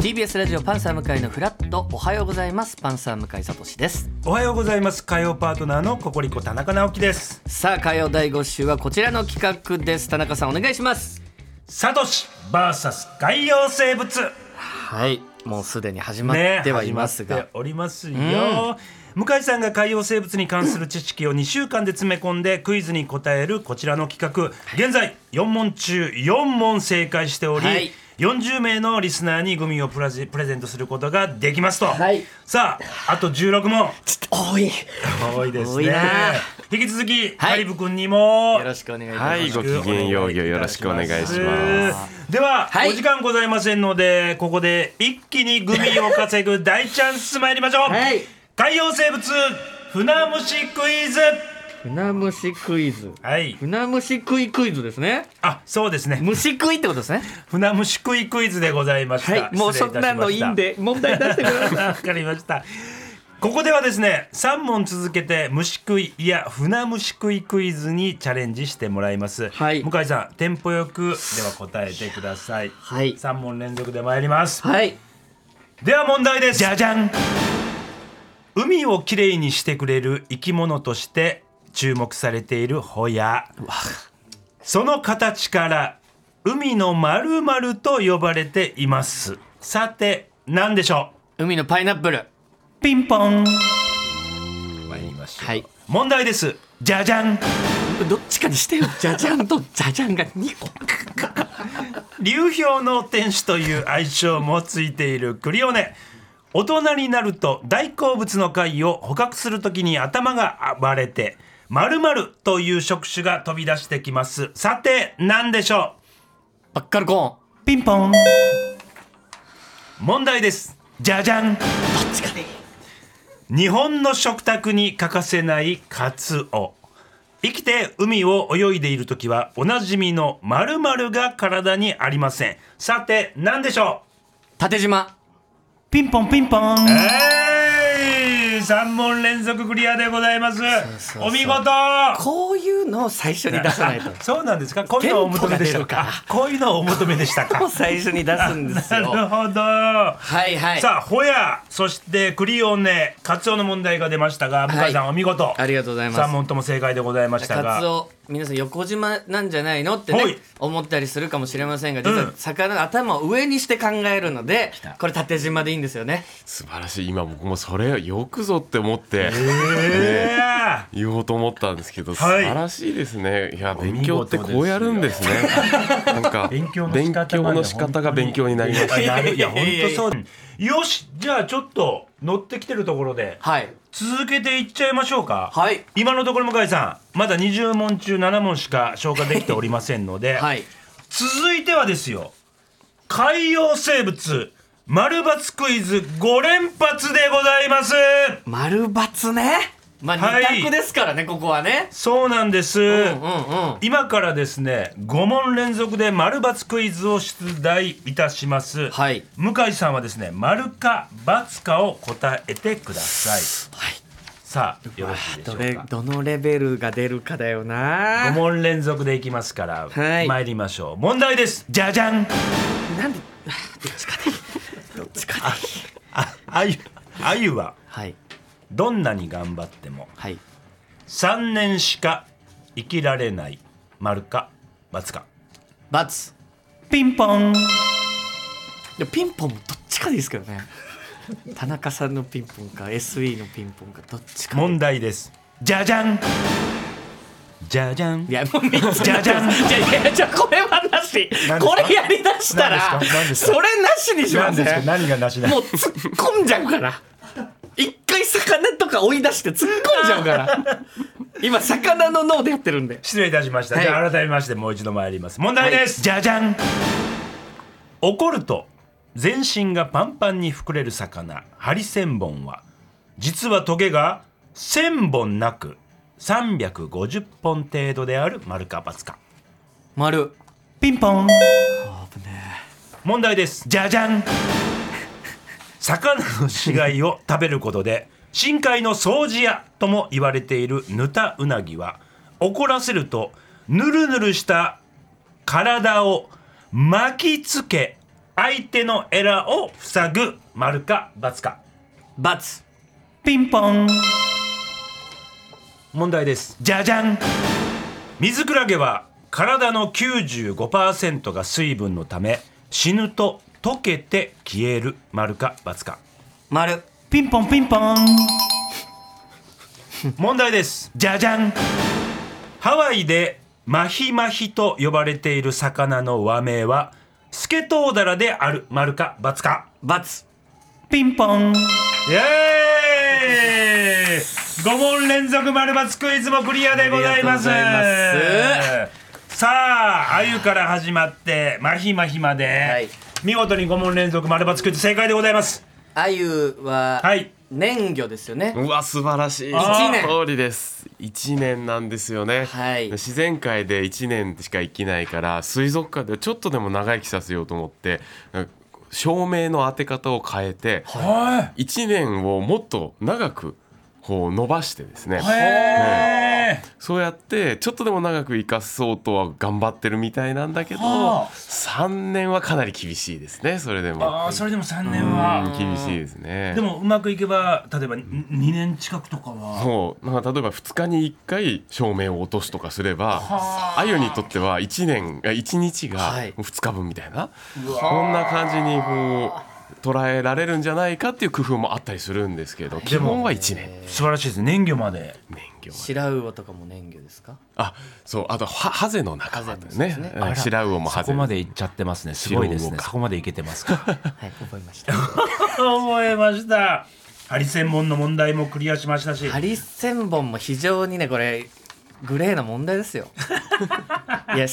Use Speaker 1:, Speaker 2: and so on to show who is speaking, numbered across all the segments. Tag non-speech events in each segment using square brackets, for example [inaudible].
Speaker 1: TBS ラジオパンサー向井のフラットおはようございますパンサー向井聡です
Speaker 2: おはようございます火曜パートナーのココリコ田中直樹です
Speaker 1: さあ火曜第5週はこちらの企画です田中さんお願いします
Speaker 2: サトシ VS 海洋生物
Speaker 1: はいもうすでに始ま
Speaker 2: ね
Speaker 1: ってはいますが、
Speaker 2: 始っておりますよ、向井さんが海洋生物に関する知識を2週間で詰め込んでクイズに答えるこちらの企画現在4問中4問正解しており、
Speaker 1: はい
Speaker 2: 40名のリスナーにグミをプラゼプレゼントすることができますと、
Speaker 1: はい
Speaker 2: さああと16問
Speaker 1: [laughs] 多い
Speaker 2: 多いです
Speaker 1: 多い
Speaker 2: ね
Speaker 1: な
Speaker 2: 引き続き、
Speaker 1: はい
Speaker 2: カリブ君にも
Speaker 1: よろしくお願いします、
Speaker 3: はいごきげんようよろしくお願いします
Speaker 2: では、
Speaker 1: はい
Speaker 2: お時間ございませんのでここで一気にグミを稼ぐ大チャンス参りましょう、
Speaker 1: はい
Speaker 2: 海洋生物船虫クイズ
Speaker 1: 船虫クイズ
Speaker 2: はい
Speaker 1: 船虫クイクイズですね
Speaker 2: あそうですね
Speaker 1: 虫食いってことですね
Speaker 2: 船虫食いクイズでございました、
Speaker 1: はいもうそんなのいいんで問題出してく
Speaker 2: 失
Speaker 1: ださい
Speaker 2: 礼いたしましたわかりましたここではですね3問続けて虫食いいや船虫食いクイズにチャレンジしてもらいます、
Speaker 1: はい
Speaker 2: 向井さんテンポよくでは答えてください
Speaker 1: はい
Speaker 2: 3問連続で参ります
Speaker 1: はい
Speaker 2: では問題ですじゃじゃん海をきれいにしてくれる生き物として注目されているホヤその形から海の〇〇と呼ばれていますさて何でしょ
Speaker 1: 海のパイナップル
Speaker 2: うピンポン参りましょう
Speaker 1: はい
Speaker 2: 問題ですじゃじゃん
Speaker 1: どっちかにしてよじゃじゃんとじゃじゃんが2個
Speaker 2: 流氷の天使という愛称もついているクリオネ大人になると大好物の貝を捕獲するときに頭が暴れて〇〇という触手が飛び出してきますさて何でしょ
Speaker 1: バッカルコ
Speaker 2: うピンポン問題ですじゃじゃん
Speaker 1: ーンどっちかで
Speaker 2: 日本の食卓に欠かせないカツオ生きて海を泳いでいるときはおなじみの〇〇が体にありませんさて何でしょう
Speaker 1: 縦島
Speaker 2: ピンポンピンポン。えい、三問連続クリアでございます。
Speaker 1: そうそう
Speaker 2: お見事。
Speaker 1: こういうのを最初に出さないと
Speaker 2: [laughs] そうなんですか。こういうのをお求めでし
Speaker 1: テンポが出る
Speaker 2: た
Speaker 1: から
Speaker 2: か。こういうのをお求めでしたか。
Speaker 1: を最初に出すんで
Speaker 2: [laughs]
Speaker 1: す
Speaker 2: な
Speaker 1: よ
Speaker 2: るほど。
Speaker 1: はいはい
Speaker 2: さあ、ホヤ、そしてクリオネ、カツオの問題が出ましたが、
Speaker 1: い
Speaker 2: 向井さんお見事。
Speaker 1: ありがとうございます
Speaker 2: 三問とも正解でございました
Speaker 1: カツ
Speaker 2: が。
Speaker 1: オ皆さん横島なんじゃないのって
Speaker 2: ほ
Speaker 1: ね
Speaker 2: い
Speaker 1: 思ったりするかもしれませんが実
Speaker 2: う
Speaker 1: は
Speaker 2: ん
Speaker 1: 魚の頭を上にして考えるのでこれ縦島でいいんですよね
Speaker 3: 素晴らしい今僕もそれよくぞって思っ
Speaker 2: え
Speaker 3: て、ね
Speaker 2: ー
Speaker 3: 言おうと思ったんですけど、素
Speaker 2: はい
Speaker 3: 晴らしいですねいや
Speaker 2: 見
Speaker 3: 勉強ってこうやるんですねなんか
Speaker 2: 勉強の仕
Speaker 3: [laughs] 勉
Speaker 2: 方
Speaker 3: 強の仕方が勉強になりま
Speaker 2: [laughs]
Speaker 3: し
Speaker 2: す。いや、
Speaker 1: いや
Speaker 2: 本当そう。よし、じゃあちょっと乗ってきてるところで、
Speaker 1: はい
Speaker 2: 続けていっちゃいましょうか。
Speaker 1: はい
Speaker 2: 今のところ向井さんまだ20問中7問しか消化できておりませんので、
Speaker 1: はい
Speaker 2: 続いてはですよ海洋生物丸×クイズ5連発でございます
Speaker 1: 丸×ねまあ
Speaker 2: はい
Speaker 1: 2択ですからねここはね
Speaker 2: そうなんです、
Speaker 1: うんうんうん
Speaker 2: 今からですね5問連続で丸×クイズを出題いたします、
Speaker 1: はい
Speaker 2: 向井さんはですね丸か×かを答えてください
Speaker 1: はい
Speaker 2: さあよろしいでしょ
Speaker 1: ど
Speaker 2: う
Speaker 1: れ
Speaker 2: か
Speaker 1: どのレベルが出るかだ
Speaker 2: 5
Speaker 1: よな
Speaker 2: 問連続でいきますから、
Speaker 1: はい
Speaker 2: 参りましょう問題ですじゃじゃん
Speaker 1: なんであどっちかでいいどっちかでいい
Speaker 2: ああゆあゆは
Speaker 1: はい
Speaker 2: どんなに頑張っても
Speaker 1: はい
Speaker 2: 3年しか生きられない丸か×か
Speaker 1: ×
Speaker 2: ピンポン
Speaker 1: いやピンポンもどっちかでいいですけどね [laughs] 田中さんのピンポンか SE のピンポンかどっちかで
Speaker 2: 問題ですじゃじゃんじゃじゃん
Speaker 1: いやもうめっちゃ
Speaker 2: じゃじゃん
Speaker 1: [laughs] じゃいやじゃあこれはなし
Speaker 2: 何ですか
Speaker 1: これやりだしたら
Speaker 2: 何ですか何ですか
Speaker 1: それなしにしま
Speaker 2: 何
Speaker 1: す
Speaker 2: ですか
Speaker 1: ね
Speaker 2: 何がなしだ
Speaker 1: もう突っ込んじゃうから一回魚とか追い出して突っ込んじゃうから今魚の脳でやってるんで
Speaker 2: 失礼いたしました、
Speaker 1: はい
Speaker 2: じゃあ改めましてもう一度参ります問題です、じゃじゃん怒ると全身がパンパンに膨れる魚ハリセンボンは実はトゲが1000本なく350本程度である丸か×か
Speaker 1: 丸
Speaker 2: ピンポン
Speaker 1: あぶね
Speaker 2: 問題ですじゃじゃん魚の死骸を食べることで深海の掃除屋とも言われているヌタウナギは怒らせるとヌルヌルした体を巻きつけ相手のエラーを塞ぐ丸か×か
Speaker 1: 罰
Speaker 2: ピンポン問題ですじゃじゃん水クラゲは体の95%が水分のため死ぬと溶けて消える丸か×か
Speaker 1: 丸
Speaker 2: ピンポンピンポン問題ですじゃじゃんハワイでマヒマヒと呼ばれている魚の和名はスケトウダラである丸か×か
Speaker 1: 罰
Speaker 2: ピンポンイエーイ5問連続丸×クイズもクリアでございます
Speaker 1: ありがとうござ
Speaker 2: さああゆから始まってまひまひまで、
Speaker 1: い
Speaker 2: 見事に5問連続丸×クイズ正解でございます
Speaker 1: あゆは
Speaker 2: はい
Speaker 1: 年魚ですよね、
Speaker 3: うわ素晴らしい
Speaker 1: あー
Speaker 3: その通りです1年なんですよね、
Speaker 1: はい
Speaker 3: 自然界で1年しか生きないから水族館でちょっとでも長生きさせようと思って照明の当て方を変えて、
Speaker 2: は
Speaker 3: 1年をもっと長くこう伸ばしてですね、
Speaker 2: いへ
Speaker 3: そうやってちょっとでも長く生かそうとは頑張ってるみたいなんだけど、
Speaker 2: はあ
Speaker 3: 3年はかなり厳しいですねそれで
Speaker 2: ーあ
Speaker 3: も
Speaker 2: あそれでも3年
Speaker 3: うん
Speaker 2: は
Speaker 3: 厳しいですね
Speaker 2: でもうまくいけば例えば2年近くとかは
Speaker 3: もうなんか例えば2日に1回照明を落とすとかすればあゆにとっては1年あ1日が
Speaker 1: はい
Speaker 3: 2日分みたいな、そんな感じにこう捉えられるんじゃないかっていう工夫もあったりするんですけど基本は1年
Speaker 2: 素晴らしいですね年魚まで
Speaker 3: 年魚は
Speaker 1: 白魚とかも年魚ですか
Speaker 3: あそうあとはハゼの仲間ですね
Speaker 1: ハゼの仲
Speaker 3: うん白魚もハゼ
Speaker 2: そこまで行っちゃってますねすごいです
Speaker 3: 白魚
Speaker 2: ね
Speaker 3: か
Speaker 2: そこまでいけてますか
Speaker 1: はい覚えました
Speaker 2: 思いましたハリセンボンの問題もクリアしましたし
Speaker 1: ハリセンボンも非常にねこれグレーな問題ですよ [laughs] いや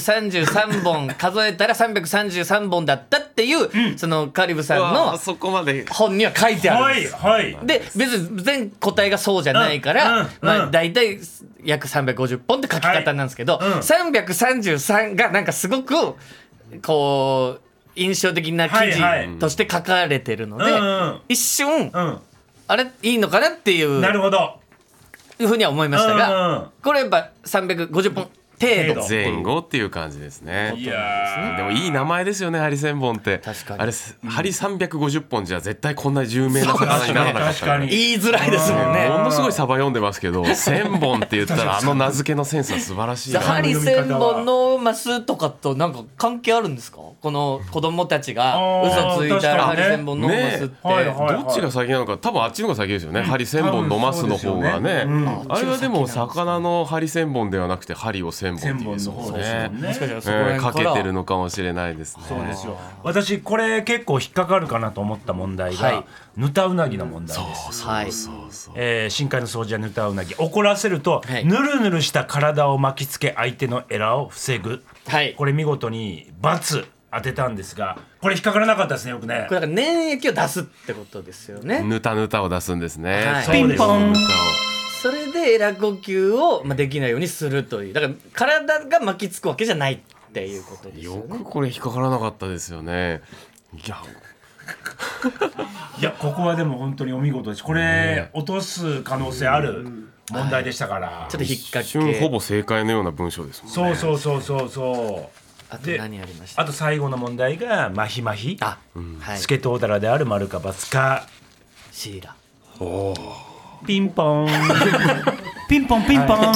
Speaker 1: 333本数えたら333本だったっていう、そのカリブさん
Speaker 3: うわ
Speaker 1: の
Speaker 3: そこまで
Speaker 1: 本には書いてあ
Speaker 2: は
Speaker 1: るんで
Speaker 2: い
Speaker 1: す
Speaker 2: はい
Speaker 1: で別に全答えがそうじゃないから、
Speaker 2: うんうん
Speaker 1: ま
Speaker 2: う
Speaker 1: あ、
Speaker 2: ん
Speaker 1: 大体約350本って書き方なんですけど、
Speaker 2: はいうん
Speaker 1: 333がなんかすごくこう印象的な記
Speaker 2: はいはい
Speaker 1: 事として書かれてるので、
Speaker 2: うん
Speaker 1: 一瞬
Speaker 2: うん
Speaker 1: あれいいのかなっていう
Speaker 2: うんなるほど
Speaker 1: ふうには思いましたが、
Speaker 2: うんうん
Speaker 1: これやっぱ350本程
Speaker 2: 程
Speaker 1: 度
Speaker 2: 度
Speaker 3: 前後っていう感じですね
Speaker 2: いや
Speaker 3: でもいい名前ですよねハリセンボンって
Speaker 1: 確かに
Speaker 3: あれハリ350本じゃ絶対こんな有名な
Speaker 2: ー
Speaker 3: 魚にならなかった
Speaker 2: 確かに
Speaker 1: 言いづらいですもんね。
Speaker 3: ものすごいサバ読んでます
Speaker 2: [laughs]
Speaker 3: けど1000本って言ったらあの名付けのセンスは素晴らしい
Speaker 1: じゃ
Speaker 3: な
Speaker 2: [laughs]
Speaker 1: あハリセンボンのマスとかとなんか関係あるんですかこの子供たちが
Speaker 2: あー
Speaker 1: 嘘ついたらハ
Speaker 2: 確かにね
Speaker 1: リセンボンのマスって、
Speaker 3: ね
Speaker 2: はいはい
Speaker 3: どっちが先なのか多分あっちの方が先ですよね、ハリセンボンのマスの方がね
Speaker 2: 多分そうですよね
Speaker 3: あれはでも魚のハリセンボンではなくてハリを千本っていう
Speaker 2: 千本の方ですよね
Speaker 1: もしかしたらそこら
Speaker 3: えー
Speaker 1: 辺
Speaker 3: か
Speaker 1: か
Speaker 3: け
Speaker 1: ら
Speaker 3: てるのかもしれないですね
Speaker 2: そうですよ私これ結構引っかかるかなと思った問題
Speaker 1: は
Speaker 2: が
Speaker 1: い
Speaker 2: ぬたうなぎの問題です
Speaker 1: はい
Speaker 3: そうそう
Speaker 2: えー深海の掃除はぬたうなぎ怒らせると
Speaker 1: はい
Speaker 2: ぬるぬるした体を巻きつけ相手のエラーを防ぐ
Speaker 1: はい
Speaker 2: これ見事に×当てたんですがこれ引っかからなかったですねよくね
Speaker 1: これだから粘液を出すってことですよね
Speaker 3: ぬたぬたを出すんですね、
Speaker 1: はい
Speaker 2: ピンポン
Speaker 3: ぬたを
Speaker 1: それでエラ呼吸をまあできないようにするというだから体が巻きつくわけじゃないっていうことですよ
Speaker 3: よ
Speaker 1: ね
Speaker 3: くこれ引っかからなかったですよねいや
Speaker 2: いやここはでも本当にお見事ですこれ落とす可能性ある問題でしたから
Speaker 1: ちょっと引っ掛
Speaker 3: 一瞬
Speaker 1: け
Speaker 3: ほぼ正解のような文章ですもんね
Speaker 2: そうそうそうそうそう
Speaker 1: あと何ありました
Speaker 2: あと最後の問題がマヒマヒ
Speaker 1: あ、はい
Speaker 2: スケトウダラである丸かバツか
Speaker 1: シーラ
Speaker 2: ピンポン [laughs] ピンポンピンポン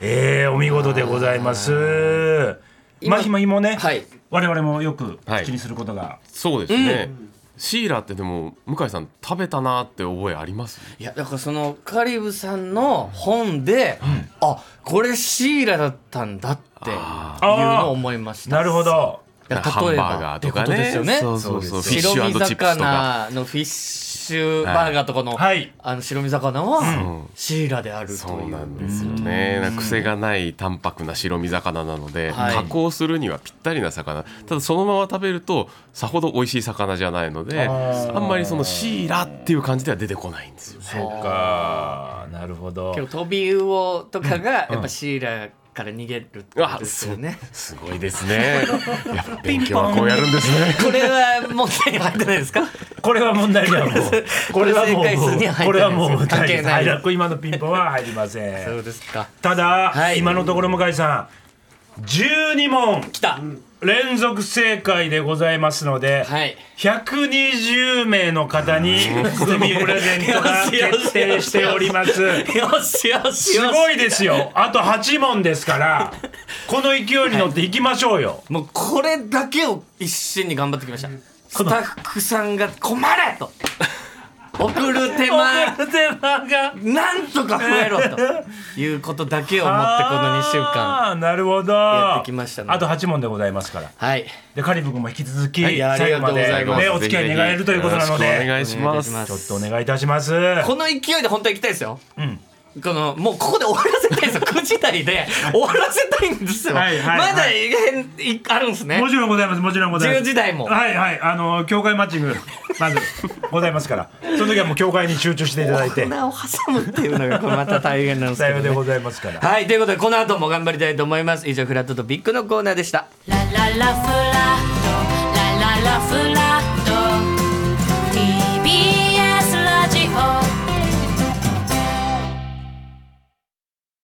Speaker 2: えー、お見事でございます
Speaker 1: 今
Speaker 2: マヒマヒもね、
Speaker 1: はい
Speaker 2: 我々もよく
Speaker 3: はい
Speaker 2: 口にすることが、
Speaker 3: そうですね、シーラってでも向井さん食べたなって覚えあります
Speaker 1: いやだからそのカリブさんの本で、あこれシーラだったんだっていうのを思いました
Speaker 2: なるほど
Speaker 1: だから
Speaker 3: ハ
Speaker 1: 例
Speaker 3: ン
Speaker 1: えば
Speaker 3: バーガーとかね
Speaker 1: ってことですよね
Speaker 3: そうそうそう
Speaker 1: 白
Speaker 3: フィッ
Speaker 1: 身
Speaker 3: シュチップスと
Speaker 1: 魚
Speaker 3: か
Speaker 1: のフィッシュバーガーとかの、
Speaker 2: はい
Speaker 1: あの白身魚は、
Speaker 3: ん
Speaker 1: シーラであるという
Speaker 3: そうなんですよねなんか癖がない淡白な白身魚なので、
Speaker 1: はい
Speaker 3: 加工するにはぴったりな魚ただそのまま食べるとさほど美味しい魚じゃないので
Speaker 2: ー
Speaker 3: あんまりそのシーラっていう感じでは出てこないんですよね
Speaker 2: そうかなるほど
Speaker 1: 結構トビウオとかがやっぱシーラから逃げるってことですよね、
Speaker 3: すごいですね [laughs] やっぱ勉強はこうやるんですね
Speaker 1: これは問題に入ってないですか
Speaker 2: これは問題にはもう
Speaker 1: [laughs] これ正解数には入ってないです
Speaker 2: これはもう
Speaker 1: 関係な
Speaker 2: 大
Speaker 1: い
Speaker 2: 学今のピンポンは入りませ
Speaker 1: そ
Speaker 2: ん
Speaker 1: うですか
Speaker 2: ただ、
Speaker 1: はい
Speaker 2: 今のところ向井さん12問
Speaker 1: 来た、
Speaker 2: 連続正解でございますので、
Speaker 1: はい
Speaker 2: 120名の方に
Speaker 1: [laughs]
Speaker 2: 海プレゼントが決定しております
Speaker 1: [laughs] よしよし
Speaker 2: す
Speaker 1: よし
Speaker 2: ごいですよあと8問です
Speaker 1: [laughs]
Speaker 2: からこの勢いに乗っていきましょうよ、
Speaker 1: もうこれだけを一心に頑張ってきましたスタッフさんが「困
Speaker 2: [laughs]
Speaker 1: れ!」と「送る手間
Speaker 2: 送る手間が
Speaker 1: なんとか増えろ」ということだけを思ってこの2
Speaker 2: [laughs]
Speaker 1: 週間
Speaker 2: あーなるほど
Speaker 1: やってきましたね
Speaker 2: あと8問でございますから
Speaker 1: はい
Speaker 2: でカリブ君も引き続き、
Speaker 1: はいいや
Speaker 2: 最後まで
Speaker 1: ありがとうございま
Speaker 2: ねお
Speaker 1: す
Speaker 2: 付き合い願えるということなの
Speaker 3: よろしくお
Speaker 2: で
Speaker 3: 願いします
Speaker 1: お願いし
Speaker 2: ちょ
Speaker 1: ま
Speaker 2: っとお願いいたします
Speaker 1: この勢いで本当は行きたいですよ
Speaker 2: うん
Speaker 1: このもうここで終わらせたいん
Speaker 2: [laughs]
Speaker 1: ですよ9時台で終わらせたいんですよま
Speaker 2: はいはいはい
Speaker 1: だいいあるんですね
Speaker 2: もちろんございますもちろんございます
Speaker 1: 10時台も
Speaker 2: はいはいあの教会マッチングまずございますからその時はもう教会に集中していただ
Speaker 1: [laughs]
Speaker 2: いて
Speaker 1: 粉を挟むっていうのがこれまた大変なんです
Speaker 2: さ
Speaker 1: け
Speaker 2: [laughs] よう
Speaker 1: ど
Speaker 2: で
Speaker 1: ね
Speaker 2: ございますから
Speaker 1: はいということでこの後も頑張りたいと思います以上フラットとビッグのコーナーでした
Speaker 4: La la la fula, la la la fula,